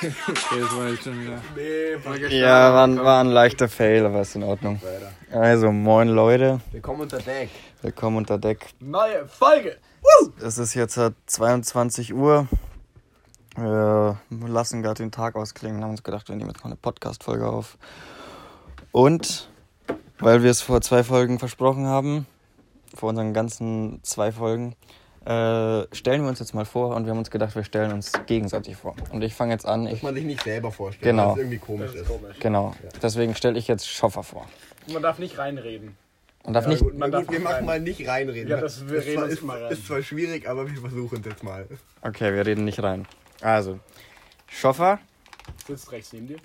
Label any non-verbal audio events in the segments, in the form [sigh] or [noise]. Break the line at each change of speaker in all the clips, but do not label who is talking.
das war jetzt schon wieder.
Nee, voll geschlagen.
Ja, war, ein- war ein leichter Fail, aber ist in Ordnung.
Weiter.
Also, moin Leute,
Willkommen unter Deck.
willkommen unter Deck.
Neue Folge.
Es ist jetzt halt 22 Uhr. Wir lassen gerade den Tag ausklingen, haben uns gedacht, wir nehmen jetzt mal eine Podcast-Folge auf. Und weil wir es vor zwei Folgen versprochen haben, vor unseren ganzen zwei Folgen, äh, stellen wir uns jetzt mal vor und wir haben uns gedacht, wir stellen uns gegenseitig vor. Und ich fange jetzt an, ich,
Dass man sich nicht selber vorstellt,
Genau.
weil es irgendwie komisch ist.
genau, deswegen stelle ich jetzt Schoffer vor.
Man darf nicht reinreden.
Und darf nicht,
Man
Na
darf
gut, wir
nicht
machen
rein.
mal nicht reinreden.
Ja, das- wir
ist
reden
zwar,
uns
ist,
mal rein.
Ist zwar schwierig, aber wir versuchen es jetzt mal.
okay, wir reden nicht rein. Also, Schoffer,
Sitzt rechts neben dir.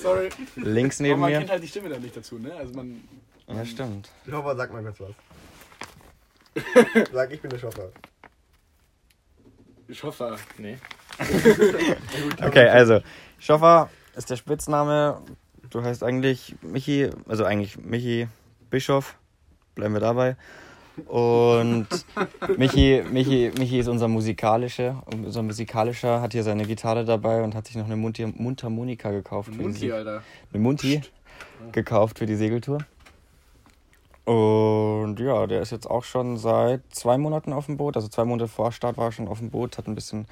Sorry.
links
Aber
neben
man
mir.
kennt halt die Stimme dann nicht dazu, ne? Also man.
Ja, stimmt.
Schopper, sag mal kurz
[laughs]
was. Sag, ich bin der Schopper.
Ich hoffe.
Nee.
Okay, also Schoffer ist der Spitzname. Du heißt eigentlich Michi, also eigentlich Michi Bischof. Bleiben wir dabei. Und Michi, Michi, Michi ist unser musikalischer, unser musikalischer, hat hier seine Gitarre dabei und hat sich noch eine Munti, Mundharmonika gekauft. für die
Mund hier,
Se-
Alter.
Eine Munti gekauft für die Segeltour. Und ja, der ist jetzt auch schon seit zwei Monaten auf dem Boot. Also zwei Monate vor Start war er schon auf dem Boot, hat ein bisschen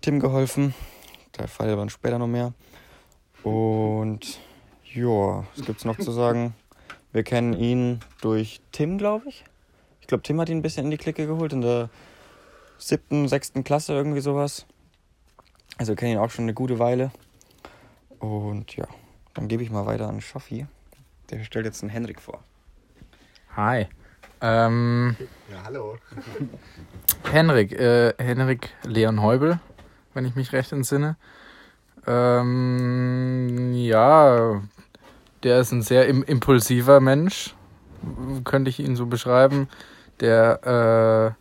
Tim geholfen. Der Fall waren später noch mehr. Und ja, was gibt's noch zu sagen? Wir kennen ihn durch Tim, glaube ich. Ich glaube, Tim hat ihn ein bisschen in die Clique geholt, in der siebten, sechsten Klasse, irgendwie sowas. Also wir kennen ihn auch schon eine gute Weile. Und ja, dann gebe ich mal weiter an Schaffi. Der stellt jetzt einen Henrik vor.
Hi. Ähm,
Ja, hallo.
Henrik, äh, Henrik Leon Heubel, wenn ich mich recht entsinne. Ähm, ja, der ist ein sehr im impulsiver Mensch, w- könnte ich ihn so beschreiben. Der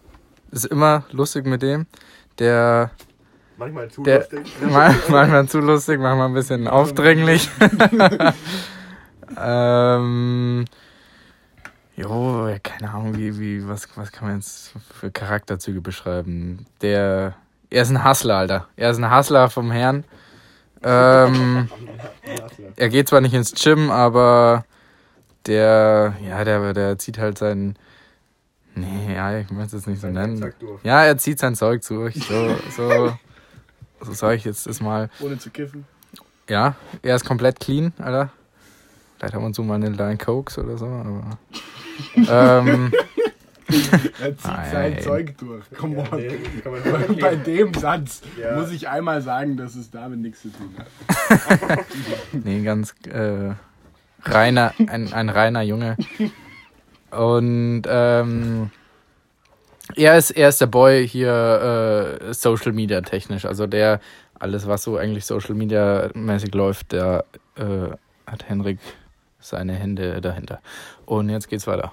äh, ist immer lustig mit dem. Der
Manchmal zu
Der-
lustig.
[laughs] Mal- manchmal zu lustig, manchmal ein
[laughs]
bisschen aufdringlich. ähm, jo, keine Ahnung, wie, wie, was, was kann man jetzt für Charakterzüge beschreiben? Der, er ist ein Hustler, Alter. Er ist ein Hustler vom Herrn. Ähm, er geht zwar nicht ins Gym, aber der, ja, der, der zieht halt seinen, nee, ja, ich möchte es nicht so nennen.
Sag du.
Ja, er zieht sein Zeug durch. So, so, so sage ich jetzt das mal.
Ohne zu kiffen.
Ja, er ist komplett clean, Alter. Vielleicht haben wir uns so mal eine Line Cokes oder so, aber. ähm,
Er zieht
Nein.
sein Zeug durch. Come on. [laughs]
Nee, kann man nicht
Bei
machen.
dem Satz
Ja.
muss ich einmal sagen, dass es damit nichts zu tun hat.
nee, ganz äh, reiner, ein, ein reiner Junge. Und ähm, er ist, er ist der Boy hier äh, Social Media technisch. Also der, alles was so eigentlich Social Media mäßig läuft, da äh, hat Henrik seine Hände dahinter. Und jetzt geht's weiter.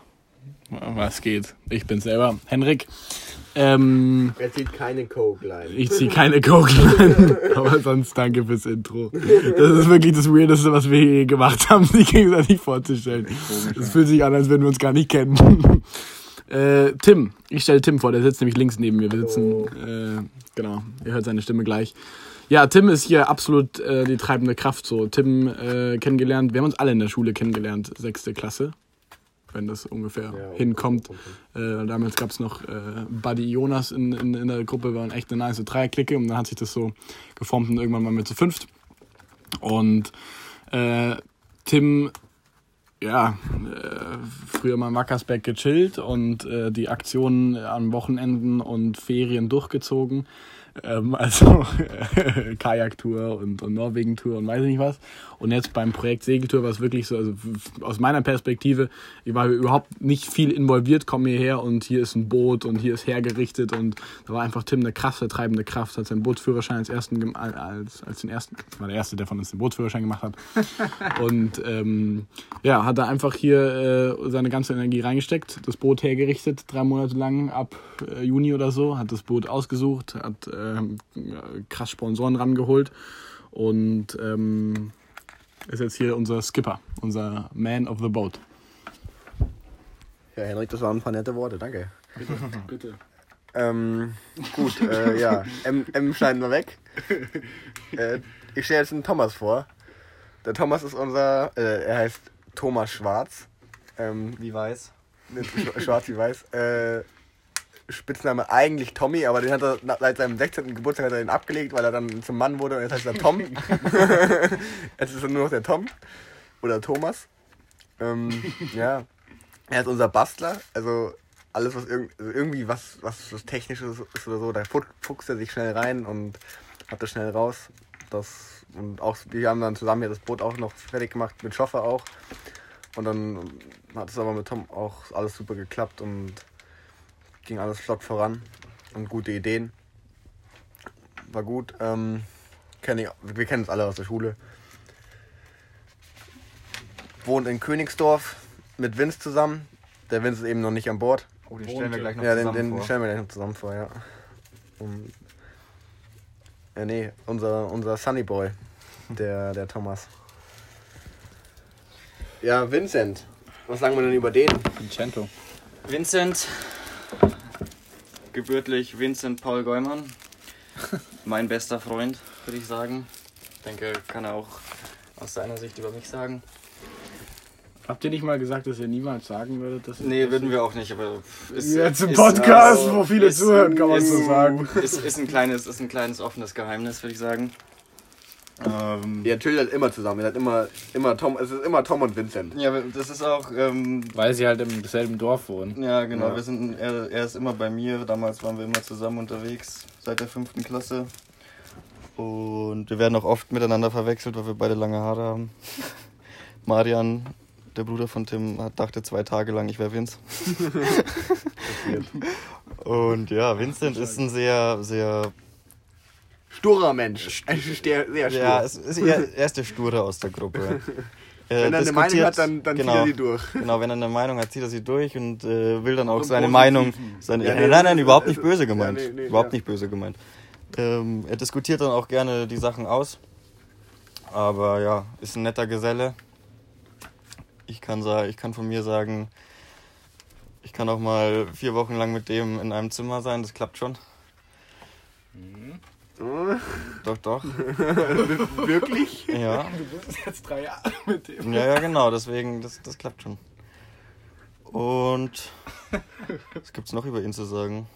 Was geht? Ich bin selber. Henrik. Ähm,
Er zieht keine Coke line.
ich ziehe keine Kogeln, aber sonst danke fürs Intro. Das ist wirklich das Weirdeste, was wir je gemacht haben, sich gegenseitig vorzustellen. Es fühlt sich an, als würden wir uns gar nicht kennen. [laughs] Äh, Tim, ich stelle Tim vor, der sitzt nämlich links neben mir. Wir sitzen, äh, genau, ihr hört seine Stimme gleich. Ja, Tim ist hier absolut äh, die treibende Kraft. So, Tim äh, kennengelernt, wir haben uns alle in der Schule kennengelernt, sechste Klasse, wenn das ungefähr hinkommt. Äh, damals gab es noch äh, Buddy Jonas in, in, in der Gruppe, waren echt eine nice Dreierklicke und dann hat sich das so geformt und irgendwann waren wir zu fünft. Und äh, Tim, ja, äh, früher mal in Wackersberg gechillt und äh, die Aktionen an Wochenenden und Ferien durchgezogen. Ähm, [laughs] also Kajaktour und, und Norwegen-Tour und weiß ich nicht was. Und jetzt beim Projekt Segeltour war es wirklich so, also f- aus meiner Perspektive, ich war überhaupt nicht viel involviert, komm hierher und hier ist ein Boot und hier ist hergerichtet und da war einfach Tim eine krasse treibende Kraft, hat seinen Bootsführerschein als ersten gem- als, als den ersten, das war der erste, der von uns den Bootsführerschein gemacht hat. Und ähm, ja, hat er einfach hier äh, seine ganze Energie reingesteckt, das Boot hergerichtet, drei Monate lang ab äh, Juni oder so, hat das Boot ausgesucht, hat ähm, äh, krass Sponsoren rangeholt und ähm, ist jetzt hier unser Skipper, unser Man of the Boat.
Ja, Henrik, das waren ein paar nette Worte, danke.
Bitte.
Ähm, gut, äh, ja. M, M schneiden wir weg. Äh, ich stelle jetzt einen Thomas vor. Der Thomas ist unser, äh, er heißt Thomas Schwarz. Ähm,
Wie weiß?
ne, sch- schwarz wie weiß. Äh, Spitzname eigentlich Tommy, aber den hat er na- seit seinem 16. Geburtstag hat er den abgelegt, weil er dann zum Mann wurde und jetzt heißt
[laughs]
er Tom. [laughs] jetzt ist er nur noch der Tom. Oder Thomas. Ähm, ja. Er ist unser Bastler. Also alles, was irg also irgendwie was, was was Technisches ist oder so, da fu- fuchst er sich schnell rein und hat das schnell raus. Das, und auch, wir haben dann zusammen hier das Boot auch noch fertig gemacht, mit Schoffer auch. Und dann hat es aber mit Tom auch alles super geklappt und ging alles flott voran und gute Ideen. War gut. Ähm, kenn ich, wir kennen uns alle aus der Schule. Wohnt in Königsdorf mit Vince zusammen. Der Vince ist eben noch nicht an Bord.
Oh, den stellen wir gleich noch
Ja, den,
zusammen
den
vor.
stellen wir gleich noch zusammen vor, ja. Und, ja, nee, unser, unser Sunny Boy, der, der Thomas. Ja, Vincent. Was sagen wir denn über den?
Vincento.
Vincent, gebürtlich Vincent Paul Geumann, mein bester Freund, würde ich sagen. Ich denke, kann er auch aus seiner Sicht über mich sagen.
Habt ihr nicht mal gesagt, dass ihr niemals sagen würdet, dass
Nee, würden wir auch nicht, aber ist
Jetzt im Podcast, wo viele zuhören, kann man
ist,
so sagen.
Ist, ist, ein kleines, ist ein kleines offenes Geheimnis, würde ich sagen. Ähm,
Ja, Till hat halt immer zusammen. Er hat immer, immer Tom, es ist immer Tom und Vincent.
ja, aber das ist auch ähm,
Weil sie halt im selben Dorf wohnen.
Ja, genau. Wir sind, er, er ist immer bei mir. Damals waren wir immer zusammen unterwegs, seit der fünften Klasse. Und wir werden auch oft miteinander verwechselt, weil wir beide lange Haare [laughs] haben. Marian, der Bruder von Tim, hat, dachte zwei Tage lang, ich wäre [laughs] Vince. Und ja, Vincent ist ein sehr, sehr.
Sturer Mensch. Ein sehr, sehr stur.
Ja, es ist eher, er ist der Sture aus der [laughs] Gruppe. Er
Wenn er eine Meinung
diskutiert-
hat, dann, dann zieht er die durch.
Genau, wenn er eine Meinung hat, zieht er sie durch und äh, will dann auch seine Meinung. Seine,
Ja, nee,
nein, nein, nein,
das-
überhaupt
das-
nicht böse
ja,
gemeint.
nee, nee,
überhaupt
ja.
nicht böse gemeint. Ähm, er diskutiert dann auch gerne die Sachen aus. Aber ja, ist ein netter Geselle. Ich kann, sa- ich kann von mir sagen, ich kann auch mal vier Wochen lang mit dem in einem Zimmer sein, das klappt schon.
Mhm.
Doch, doch.
[laughs] Wirklich?
Ja.
jetzt drei Jahre mit dem?
Ja, ja, genau, deswegen, das, das klappt schon. Und was gibt's noch über ihn zu sagen?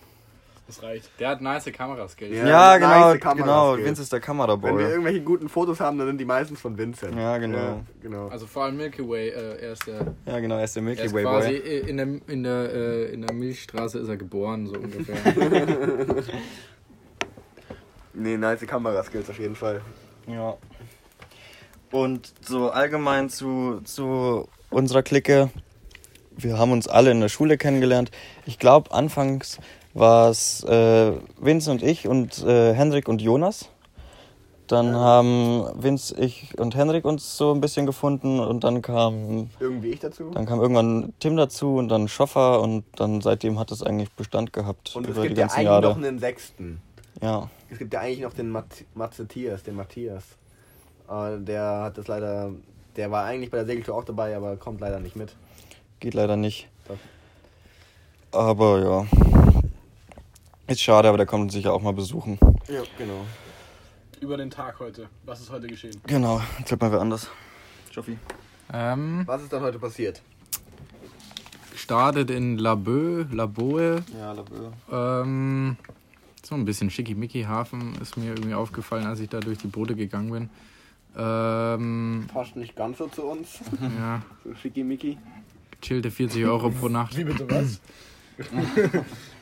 Das reicht. Der hat nice Kameraskills.
Ja.
Ja,
Ähm, nice
genau,
Kameraskills.
genau, Vince ist der
Wenn wir
Kameraboy.
irgendwelche guten Fotos haben, dann sind die meistens von Vincent.
Ja, genau.
genau.
Also vor allem Milky Way, äh, er ist der
Ja, genau, er ist der
Er
Milky
ist
Way
quasi
Boy.
äh, in der, in, der, äh, in der Milchstraße ist er
[laughs]
geboren, so ungefähr.
Nee, nice Kameraskills auf jeden Fall.
Ja. Und so allgemein zu, zu unserer Clique, wir haben uns alle in der Schule kennengelernt. Ich glaube, anfangs war es äh, Vince und ich und äh, Henrik und Jonas. Dann haben Vince, ich und Henrik uns so ein bisschen gefunden und dann kam
Irgendwie ich dazu.
Dann kam irgendwann Tim dazu und dann Schoffer und dann seitdem hat es eigentlich Bestand gehabt
Und es
über die
gibt ja
ganzen
eigentlich
Jahre.
noch einen sechsten.
Ja,
Es gibt ja eigentlich noch den Mat Matthias, den Matthias. Aber der hat das leider. Der war eigentlich bei der Segeltour auch dabei, aber kommt leider nicht mit.
geht leider nicht.
Doch.
Aber ja. Ist schade, aber der kommt uns sicher auch mal besuchen.
Ja, genau.
Über den Tag heute. Was ist heute geschehen?
Genau, jetzt hört mal wer anders. Schoffi.
ähm,
Was ist dann heute passiert?
startet in Laboe, Laboe.
Ja, Labö.
Ähm, so ein bisschen schickimicki-Hafen ist mir irgendwie aufgefallen, als ich da durch die Boote gegangen bin. Ähm,
Passt nicht ganz so zu uns.
[laughs] ja,
So schickimicki.
chillte 40 Euro pro Nacht.
Wie bitte [laughs] was?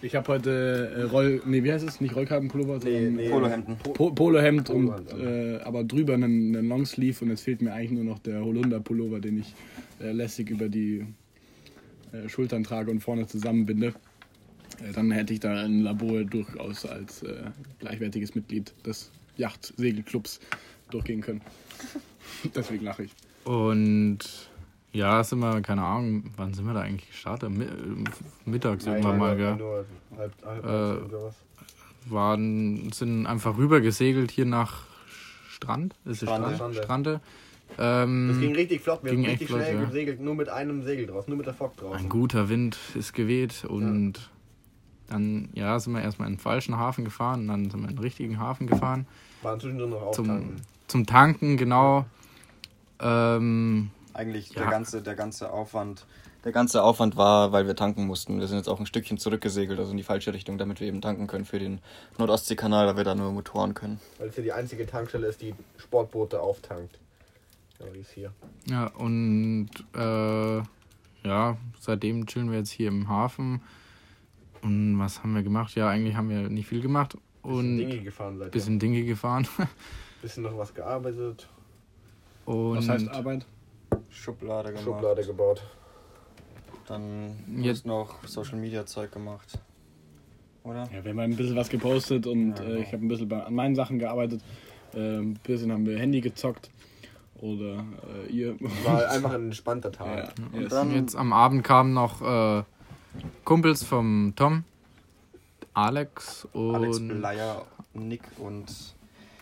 ich habe heute äh, Roll. Nee, wie heißt es? Nicht Rollkragenpullover, sondern
nee.
Polohemden.
Po Polohemd und äh, aber drüber einen, einen Longsleeve und jetzt fehlt mir eigentlich nur noch der Holunder-Pullover, den ich äh, lässig über die äh, Schultern trage und vorne zusammenbinde. Äh, dann hätte ich da ein Labor durchaus als äh, gleichwertiges Mitglied des Yacht-Segelclubs durchgehen können. [laughs] Deswegen lache ich.
Und ja, sind wir, keine Ahnung, wann sind wir da eigentlich gestartet? Mi- äh, Mittags irgendwann mal, gell?
genau.
Nur halb, halb
Äh,
oder was?
waren, sind einfach rüber gesegelt hier nach Strand. Ist es Strand? Strande.
Das ging
Ähm,
richtig flott, wir
ging
haben
echt
richtig
flott,
schnell
ja.
gesegelt, nur mit einem Segel drauf, nur mit der Fock drauf.
ein guter Wind ist geweht und Dann, ja, sind wir erstmal in den falschen Hafen gefahren, dann sind wir in den richtigen Hafen gefahren.
Waren zwischendrin noch
Zum
auftanken.
Zum Tanken, genau. Ähm,
Eigentlich
Ja.
der, ganze, der ganze Aufwand. Der ganze Aufwand war, weil wir tanken mussten. Wir sind jetzt auch ein Stückchen zurückgesegelt, also in die falsche Richtung, damit wir eben tanken können für den Nordostseekanal, weil wir da nur Motoren können.
Weil es hier die einzige Tankstelle ist, die Sportboote auftankt. Ja, wie ist hier.
Ja, und äh, ja, seitdem chillen wir jetzt hier im Hafen. Und was haben wir gemacht? Ja, eigentlich haben wir nicht viel gemacht.
Bisschen
Und
Dinge gefahren seid ihr.
bisschen Dinge gefahren. [laughs]
Bisschen noch was gearbeitet,
Und
Was heißt Arbeit?
Schublade gemacht.
Schublade gebaut.
Dann
Jetzt-
jetzt noch Social Media Zeug gemacht. Oder?
Ja, wir haben ein bisschen was gepostet und äh, ich habe ein bisschen bei, an meinen Sachen gearbeitet. Äh, ein bisschen haben wir Handy gezockt. Oder äh, ihr. [laughs]
War einfach ein entspannter Tag.
ja,
Und
yes.
dann
jetzt am Abend kamen noch äh, Kumpels vom Tom, Alex und
Alex Bleier, Nick und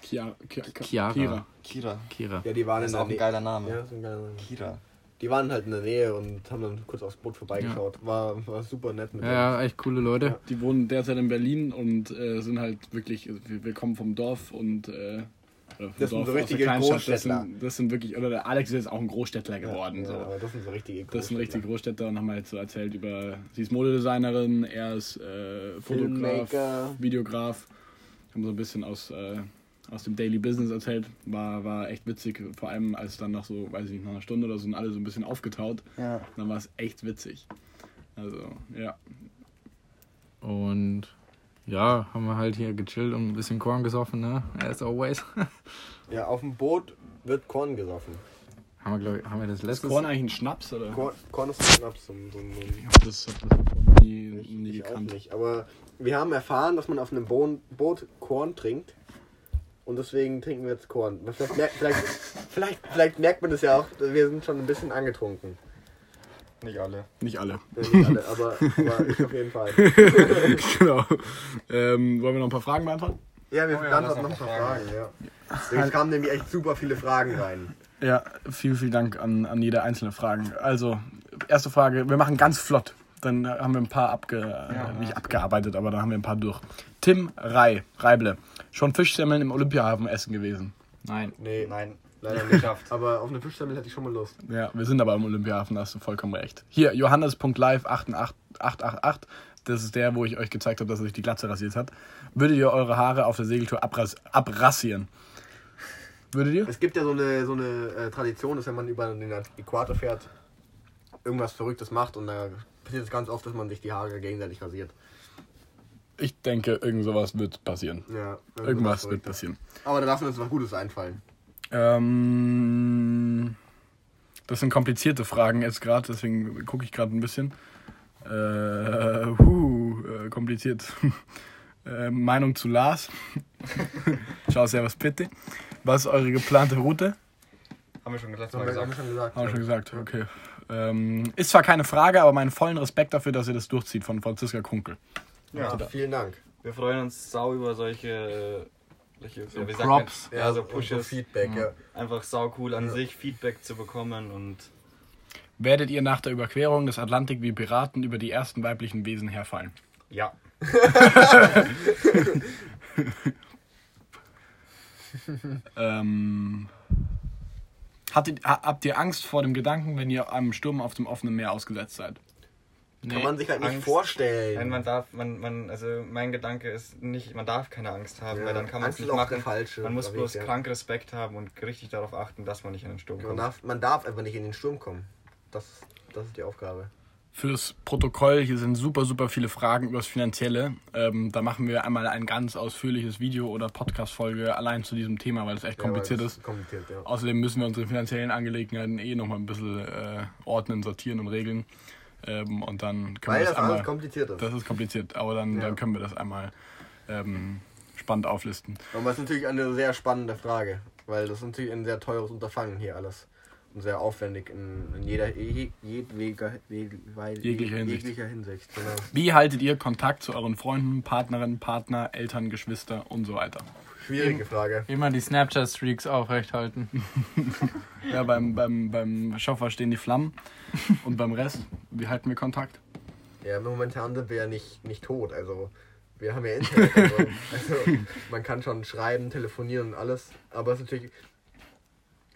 Kia, Kia, Kia,
Chiara.
Kira.
Kira.
Kira.
Ja, die waren
Das ist
in der
auch ein
Nähe.
geiler
Ja,
Name.
ist ein geiler Name.
Kira.
Die waren halt in der Nähe und haben dann kurz aufs Boot vorbeigeschaut. War, war super nett mit
Ja,
denen.
ja, echt coole Leute.
Die wohnen derzeit in Berlin und äh, sind halt wirklich, also wir, wir kommen vom Dorf und äh, oder vom
Das sind so
aus der
richtige
Kleinstadt, das sind-
Großstädtler.
Das sind wirklich, oder der Alex ist jetzt auch ein Großstädtler geworden.
Ja,
so.
aber das sind so richtige
Das sind richtige
Großstädter.
Großstädter und haben halt so erzählt über, sie ist Modedesignerin, er ist äh, Fotograf,
Filmmaker.
Videograf. Haben so ein bisschen aus, äh, aus dem Daily Business erzählt. War, war echt witzig, vor allem als dann nach so, weiß ich nicht, nach einer Stunde oder so sind alle so ein bisschen aufgetaut.
Ja.
Dann war es echt witzig. Also, ja.
Und ja, haben wir halt hier gechillt und ein bisschen Korn gesoffen, ne? As always. [laughs]
Ja, auf dem Boot wird Korn gesoffen.
haben, wir, glaub, ich- haben wir das
Ist
letzte
Korn eigentlich ein Schnaps oder?
Korn, Korn ist Schnaps. So, ein- so, ein- so, ein-
Das hat das nie, nie
ich auch
gekannt.
nicht. Aber wir haben erfahren, dass man auf einem Bohn- Boot Korn trinkt. Und deswegen trinken wir jetzt Korn. Aber Vielleicht, merkt- vielleicht, vielleicht, vielleicht merkt man das ja auch, wir sind schon ein bisschen angetrunken.
Nicht alle.
Nicht alle. [laughs]
Wir sind alle, aber, aber ich auf jeden Fall.
genau. Ähm, wollen wir noch ein paar Fragen beantworten?
Oh Ja, wir beantworten noch ein paar Fragen. Ja. Es kamen nämlich echt super viele Fragen rein.
Ja, vielen, vielen Dank an, an jede einzelne Frage. Also, erste Frage, wir machen ganz flott. Dann haben wir ein paar abge, äh, nicht abgearbeitet, aber dann haben wir ein paar durch. Tim Rei, Reible, schon Fischsemmeln im Olympiahafen essen gewesen.
Nein.
Nee,
Nein.
[laughs] leider nicht. Aber auf eine Fischstemmel hätte ich schon mal Lust.
Ja, wir sind aber im Olympiahafen, da hast du vollkommen recht. Hier, Johannes.live88888, das ist der, wo ich euch gezeigt habe, dass er sich die Glatze rasiert hat. Würdet ihr eure Haare auf der Segeltour abras abrassieren? Würdet ihr?
Es gibt ja so eine, so eine äh, Tradition, dass wenn man über den Äquator fährt, irgendwas Verrücktes macht und da passiert es ganz oft, dass man sich die Haare gegenseitig rasiert.
Ich denke, irgend sowas wird passieren.
Ja,
Irgendwas wird
Verrücktes.
passieren.
Aber da lassen wir uns was Gutes einfallen.
Ähm, das sind komplizierte Fragen jetzt gerade, deswegen gucke ich gerade ein bisschen. Äh, huh, äh, kompliziert. [laughs] Äh, Meinung zu Lars. [laughs] Ciao, servus, bitte. Was ist eure geplante Route?
Haben wir schon gesagt,
Das
mal
haben wir, haben wir
gesagt.
schon gesagt.
Haben wir schon gesagt, okay. Ähm, ist zwar keine Frage, aber meinen vollen Respekt dafür, dass ihr das durchzieht von Franziska Kunkel.
Ja, vielen Dank.
Wir freuen uns sau über solche, äh, solche ja, wie sagt man?
Props.
ja, so
und
Pushes.
Feedback, ja.
halt Einfach sau cool an sich, Feedback zu bekommen und
Werdet ihr nach der Überquerung des Atlantik wie Piraten über die ersten weiblichen Wesen herfallen?
ja.
Ähm, hattet, ha- habt ihr Angst vor dem Gedanken, wenn ihr einem Sturm auf dem offenen Meer ausgesetzt seid?
Kann man sich halt nicht
Angst. Nein,
vorstellen.
man darf, man, man, also mein Gedanke ist nicht, man darf keine Angst haben,
Ja,
weil dann kann man es
Angst ist
nicht
auch der
machen.
falsche
man muss
Weg,
bloß
ja.
krank Respekt haben und richtig darauf achten, dass man nicht in den Sturm
Man
kommt.
darf, man darf einfach nicht in den Sturm kommen. Das, das ist die Aufgabe.
Fürs Protokoll, hier sind super, super viele Fragen übers Finanzielle. Ähm, da machen wir einmal ein ganz ausführliches Video oder Podcast-Folge allein zu diesem Thema, weil es echt
Ja, aber
kompliziert
das
ist. Oh,
Kompliziert, ja.
Außerdem müssen wir unsere finanziellen Angelegenheiten eh nochmal ein bisschen äh, ordnen, sortieren und regeln. Ähm, und dann können
Weil
wir
das
das einmal.
alles kompliziert ist.
Das ist kompliziert, aber dann,
Ja.
dann können wir das einmal ähm, spannend auflisten.
Aber das ist natürlich eine sehr spannende Frage, weil das ist natürlich ein sehr teures Unterfangen hier alles. Und sehr aufwendig in, in jeder, je, jedweder, je, weil-
Jeglicher Hinsicht.
jeglicher Hinsicht. Genau.
Wie haltet ihr Kontakt zu euren Freunden, Partnerinnen, Partner, Eltern, Geschwister und so weiter?
Schwierige Frage.
Immer die Snapchat-Streaks aufrecht halten.
Ja,
[laughs]
beim, beim, beim Schaffer stehen die Flammen und beim Rest, wie halten wir Kontakt?
Ja, momentan sind wir ja nicht, nicht tot, also wir haben ja Internet. Also,
[laughs]
also man kann schon schreiben, telefonieren und alles, aber es ist natürlich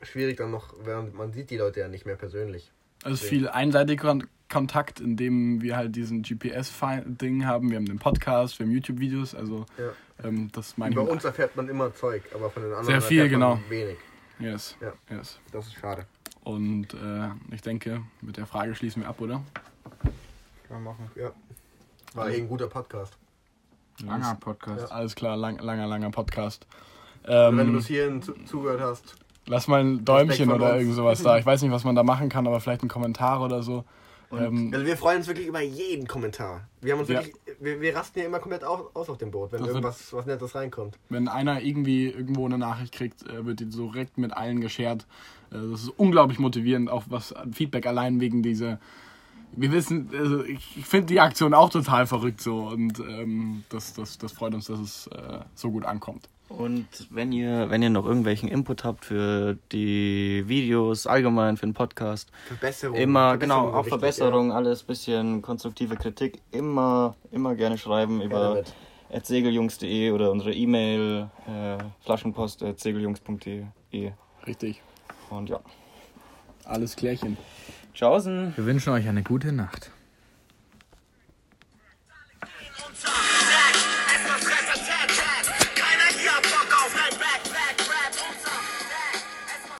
schwierig dann noch, wenn man sieht die Leute ja nicht mehr persönlich.
Also viel einseitiger Kontakt, indem wir halt diesen GPS-Ding haben. Wir haben den Podcast, wir haben YouTube-Videos, also
Ja.
ähm, das meine ich.
Über
mit-
uns erfährt man immer Zeug, aber von den anderen
Sehr viel,
erfährt man
genau.
wenig.
Yes,
Ja.
yes.
Das ist schade.
Und äh, ich denke, mit der Frage schließen wir ab, oder?
Kann man machen.
War eh ein guter Podcast.
Langer Podcast.
Alles klar, lang, langer, langer Podcast.
Und wenn du
Ähm,
bis hierhin zu zugehört hast,
lass mal ein Däumchen
von
oder
uns.
irgend sowas [laughs] da. Ich weiß nicht, was man da machen kann, aber vielleicht ein Kommentar oder so. Ähm,
also wir freuen uns wirklich über jeden Kommentar. Wir haben uns
Ja.
wirklich, wir, wir rasten ja immer komplett aus, aus auf dem Boot, wenn
Das wird-
irgendwas was Nettes reinkommt.
wenn einer irgendwie irgendwo eine Nachricht kriegt, äh, wird die direkt mit allen geshared. Äh, das ist unglaublich motivierend, auch was an Feedback allein wegen dieser. Wir wissen, also ich, ich finde die Aktion auch total verrückt so und ähm, das, das, das freut uns, dass es äh, so gut ankommt.
Und wenn ihr, wenn ihr noch irgendwelchen Input habt für die Videos, allgemein für den Podcast,
Verbesserung.
immer,
Verbesserung
genau,
ist
auch
wichtig,
Verbesserung, alles bisschen konstruktive Kritik, immer, immer gerne schreiben über
damit.
segeljungs.de oder unsere E-Mail, äh, flaschenpost at segeljungs.de.
Richtig.
Und ja.
Alles klärchen.
Tschaußen!
Wir wünschen euch eine gute Nacht.